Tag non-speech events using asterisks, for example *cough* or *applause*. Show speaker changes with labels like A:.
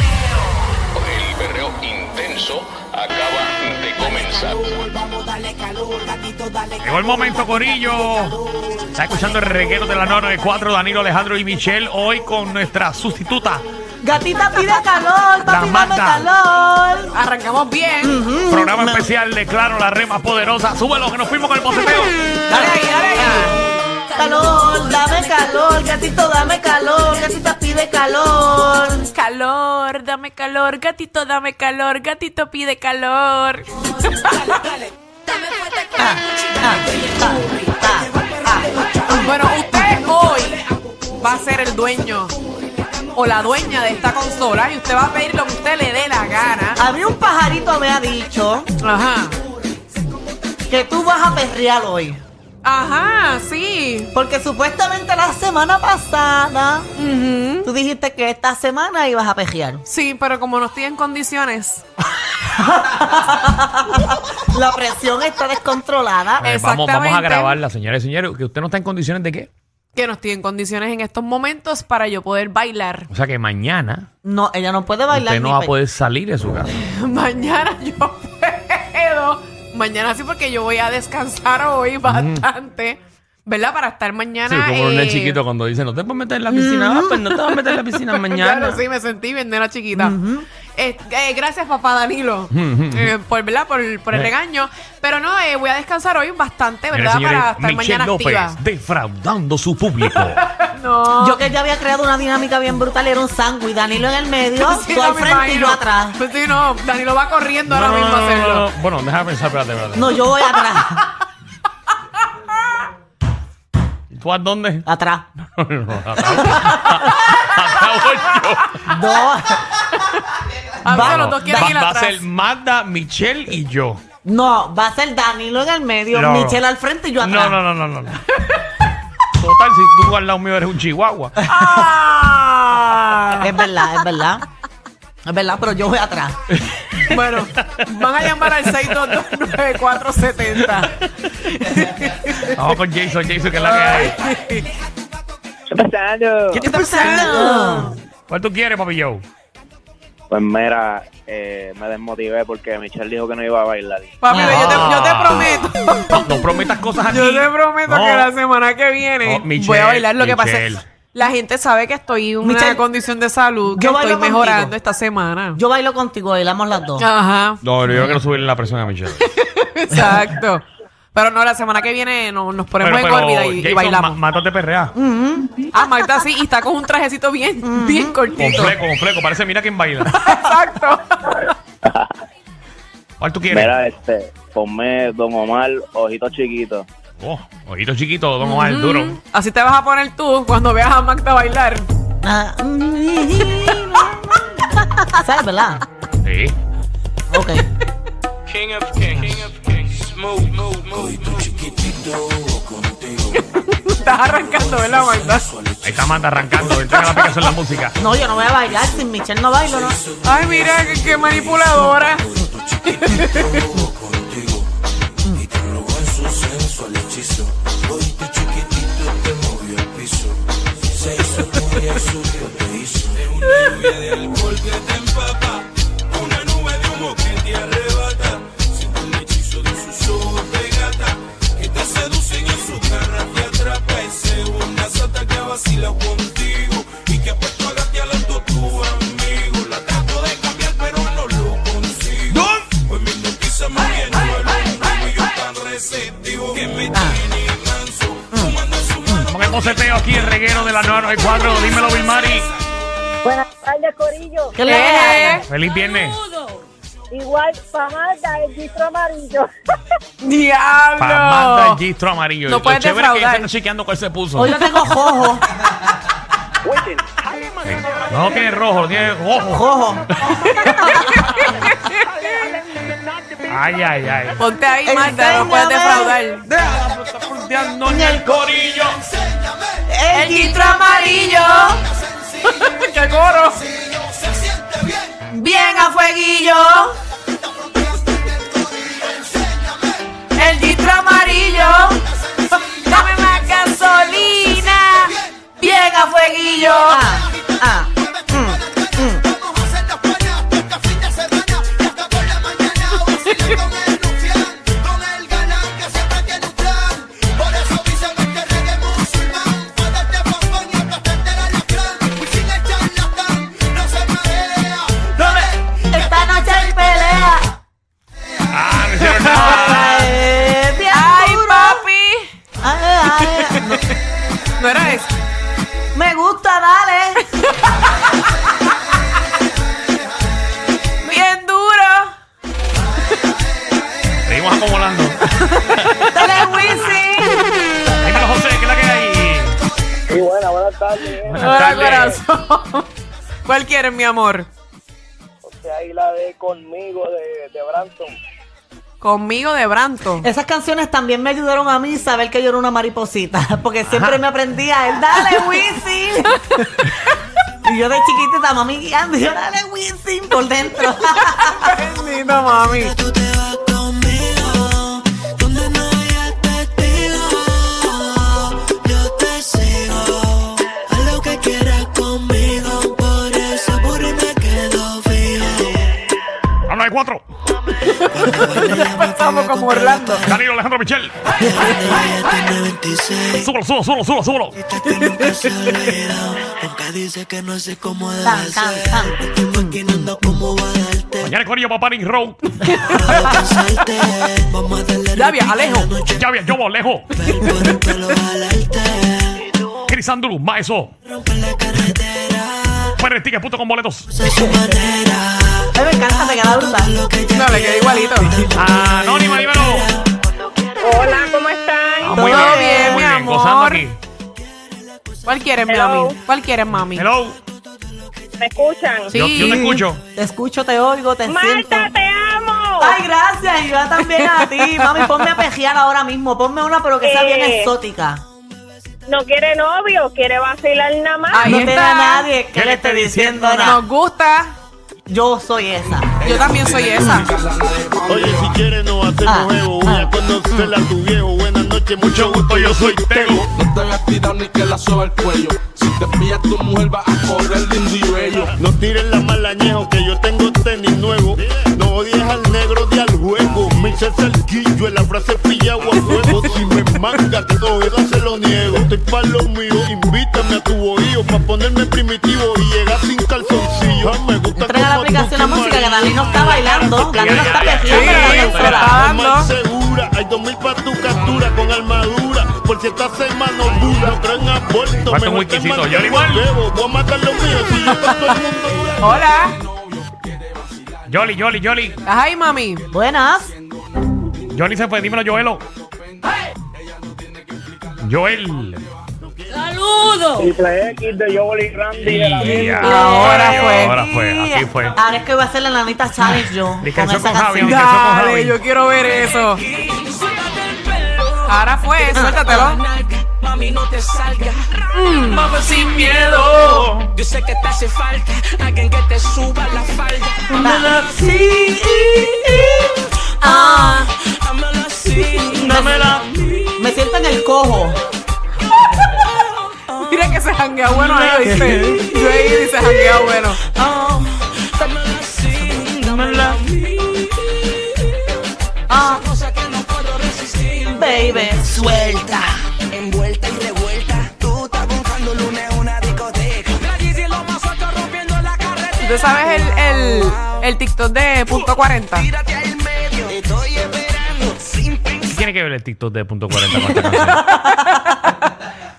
A: El berreo intenso acaba de comenzar.
B: Llegó el momento, Corillo. Está escuchando el reguero de la 994, Danilo Alejandro y Michelle, hoy con nuestra sustituta,
C: Gatita pide calor,
B: La
C: papi
B: Magda.
C: dame calor.
D: Arrancamos bien.
B: programa especial de Claro, la rema poderosa. Súbelo, que nos fuimos con el *laughs* boceteo.
D: Dale ahí, dale ahí.
C: Calor, dame calor, gatito dame calor, gatita pide calor.
E: Calor, dame calor, gatito, dame calor, gatito pide calor.
C: Ah,
D: Bueno, usted hoy va a ser el dueño o la dueña de esta consola y usted va a pedir lo que usted le dé la gana.
C: A mí un pajarito me ha dicho
D: Ajá.
C: que tú vas a perrear hoy.
D: Ajá, sí.
C: Porque supuestamente la semana pasada
D: Ujú.
C: tú dijiste que esta semana ibas a perrear. *laughs*
D: Sí, pero como no estoy en condiciones.
C: La presión está descontrolada.
B: Eh, vamos, vamos a
D: Exactamente.
B: grabarla, señores y señores. Que usted no está en condiciones de qué.
D: Que no estoy en condiciones en estos momentos para yo poder bailar.
B: O sea que mañana
C: No, ella no puede bailar.
B: usted no
C: ni
B: va a
C: pe-
B: poder salir de su casa.
D: *laughs* Mañana yo puedo. Mañana sí, porque yo voy a descansar hoy bastante. ¿Verdad? Para estar
B: Sí,
D: mañana.
B: como un
D: eh,
B: nene chiquito cuando dice, no te puedes meter en la piscina. Ah, pues no te vas a meter en la piscina mañana.
D: *laughs* Claro, sí, me sentí bien nena chiquita. Eh, eh, gracias, papá Danilo, eh, por, ¿verdad? por, por el
B: Eh.
D: regaño. Pero no, eh, voy a descansar hoy bastante,
B: Señores,
D: ¿verdad?
B: señores,
D: Para estar
B: Michelle
D: mañana
B: López
D: activa.
B: defraudando su público.
D: *laughs* No.
C: Yo que ya había creado una dinámica bien brutal, era un sándwich, Danilo en el medio,
D: *laughs* Sí,
C: tú
D: no
C: al
D: me
C: frente y yo
D: imagino.
C: atrás.
D: Pues *laughs* sí, no, Danilo va corriendo
B: No,
D: ahora
B: no,
D: mismo a
B: no, no,
D: hacerlo.
B: no, no. Bueno, déjame pensar, espérate, espérate.
C: No, yo voy atrás,
B: ¿Tú a dónde?
C: atrás.
B: No, acabo- acabo yo.
C: No,
D: A ver,
C: Va-
D: los dos quieren
B: va,
D: ir
B: va
D: atrás.
B: a ser Magda, Michelle y yo.
C: no, va a ser Danilo en el medio,
B: No, no.
C: Michelle al frente y yo
B: No,
C: atrás.
B: no, no, no, no. no. Total, si tú al lado mío eres un chihuahua.
D: ¡Ah!
B: *laughs*
C: Es verdad, es verdad. Es verdad, pero yo voy atrás.
D: Bueno, van a llamar al 6229470.
B: Vamos con Jason, Jason, que es la que hay.
F: ¿Qué pasando?
C: ¿Qué está pasando?
B: ¿Cuál tú quieres, papi Joe?
F: Pues mira, eh, me desmotivé porque Michelle dijo que no iba a bailar.
D: Papi, yo, te, yo te prometo.
B: Ah. No, no prometas cosas aquí.
D: Yo te prometo
B: Ah. No.
D: que la semana que viene
B: No, Michelle,
D: voy a bailar lo que pase.
B: Michelle.
D: La gente sabe que estoy en una
C: Michelle,
D: condición de salud, que
C: yo
D: estoy
C: bailo
D: mejorando
C: contigo.
D: esta semana.
C: Yo bailo contigo, bailamos las dos.
D: Ajá, *laughs*
B: No, yo no quiero subirle la presión a Michelle.
D: exacto. Pero no, la semana que viene no- nos ponemos en órbita y- y,
B: Jason, ma-
D: bailamos.
B: mátate perrea.
D: Ah, Magda sí, y está con un trajecito bien, bien
B: Con
D: cortito.
B: fleco, con fleco. Parece, mira quién baila.
D: *laughs* Exacto.
B: ¿Cuál tú quieres?
F: Mira, este, ponme Don Omar, ojitos chiquitos.
B: Oh, ojito chiquito, don Omar, duro.
D: Así te vas a poner tú cuando veas a Magda bailar.
C: Ah, *laughs* ¿Sabes, verdad?
B: Sí.
C: Ok.
D: Estás arrancando, ¿verdad, Magda?
B: Ahí está Manda arrancando. Entrega la aplicación la música.
C: No, yo no voy a bailar, sin Michelle no bailo, ¿no?
D: Ay, mira, qué, qué manipuladora.
B: Vamos que boceteo aquí, el reguero de la 994. Dímelo, Vilmari.
G: Buenas tardes, Corillo.
C: ¿Qué le
D: Eh,
B: Feliz viernes.
G: Igual, para Marta, el distro amarillo.
D: ¡Diablo!
B: Para Manda el gistro amarillo.
D: No
B: Lo
D: puedes
B: chévere es que
D: defraudar.
B: están chequeando cuál se puso.
C: Hoy yo tengo jojo,
B: No, que es rojo, tiene rojo.
C: jojo.
B: Ay, ay, ay.
D: Ponte ahí, Marta, no puedes defraudar.
C: Enséñame.
B: en el corillo.
C: El
D: litro amarillo. *laughs* ¡Qué coro! Bien a fueguillo. El litro amarillo. *laughs* Dame más gasolina. Bien a fueguillo.
C: Ah, ah.
B: Ah,
C: Ah, eh,
B: Buenas
D: Hola,
B: tardes.
D: corazón. ¿Cuál quieres, mi amor?
H: ahí la de conmigo de, de Branson.
D: Conmigo de *laughs* Branto.
C: Esas canciones también me ayudaron a mí saber que yo era una mariposita, *laughs* porque siempre me aprendía el dale Wisin. y yo de chiquitita, mami guiando, y yo dale Wisin por dentro. *laughs*
D: Bendita, mami.
B: Habla de cuatro.
D: Empezamos como Orlando.
B: Danilo Alejandro Michel. Súbalo, súbalo, súbalo, súbalo, súbalo.
C: Tan, tan, tan.
B: Mañana corrió para Paris Road.
D: Ya viaja Alejo.
B: Ya bien, yo voy lejos. Crisandulus, Maeso. Puerrestickets.com boletos.
C: Ay, me encanta, me queda brutal.
D: No, le quedó igualito.
B: Anónima, dímelo.
G: Hola, ¿cómo están?
B: Ah,
D: Todo bien,
B: muy
D: mi
B: bien, gozando
D: amor.
B: aquí.
D: ¿Cuál quieres,
G: Hello.
D: mami? ¿Cuál quieres, mami?
B: Hello.
G: ¿Me escuchan?
D: Sí.
B: Yo, yo te escucho.
C: Te escucho, te oigo, te siento.
G: Marta, te amo.
C: Ay, gracias, y yo también a ti. Mami, ponme a pejear ahora mismo. Ponme una, pero que sea bien
G: Eh.
C: exótica.
G: No quiere novio, quiere vacilar nada más.
D: Ahí
C: no
D: está.
C: te da nadie que
B: ¿Qué
C: le esté diciendo nada.
D: Nos gusta.
C: Yo soy esa.
D: Yo también soy esa.
I: Oye, si quieres no hacemos
C: Ah,
I: juego.
C: ah.
I: Voy a conocerla a tu viejo. Buenas noches, mucho gusto, yo soy Tego.
J: No te hagas tirado ni que la soba el cuello. Si te pillas tu mujer vas a correr lindo y bello.
I: No tires la mala añejo que yo tengo tenis nuevo. No odies al negro de al juego. Me hice el guillo en la frase pillado a fuego. Si me manga, que todavía se lo niego. Estoy pa' lo mío, invítame a tu bohío pa' ponerme primitivo y llegar sin calzoncillo. Ah, me gusta
C: Entrega la
I: cómo tú
C: aplicación a
I: fumas.
C: música que Danilo está bailando. Danilo está pejeando.
D: ya,
C: Danilo
D: ya,
C: está sola.
D: ya, ya.
I: Más segura, hay dos mil pa' tu captura con armadura. Por si estás seis manos dura, no creo en
B: Falta
I: aborto.
B: un
I: mejor te
B: whiskycito,
I: mato
B: Johnny
I: como
B: Mal.
I: bebo, Voy a matar los míos si yo con todo el mundo dura.
D: Hola.
B: Jolly, Jolly, Jolly.
D: ¿Estás ahí, mami?
C: Buenas.
B: Jolly se fue. Dímelo, Joelo. Joel.
H: Triple X de Jolly Randy de la
B: Y
H: vida.
D: ahora
B: y
D: fue.
B: Ahora fue, así fue.
C: Ahora es que voy a hacer la nanita challenge yo.
B: Mi
C: con
B: canción
C: esa
B: con Javi,
C: canción.
B: mi canción. con
D: Dale,
B: Javi.
D: yo quiero ver eso. Ahora fue, suéltatelo. Mm.
J: Mami, no te salga. Vamos sin miedo. Yo sé que te hace falta alguien que te suba la falda.
C: Sí. Ah,
J: Ámalo así.
C: Dámela. me siento en el cojo.
D: Mira que se janguea bueno ahí, ¿viste? Yo ahí dice janguea bueno.
J: Dámelo Ah, así. Dámela.
C: Ah,
J: Cosa que no puedo resistir.
C: baby. Suelta.
J: Envuelta y revuelta. Tú estás buscando lunes en una discoteca. La Yeezy lo más alto rompiendo la carretera.
D: ¿Tú sabes el, el, el TikTok de punto 40?
J: Tírate al medio. Estoy esperando sin
B: ¿Qué
J: pensar.
B: tiene que ver el TikTok de punto 40 con esta canción?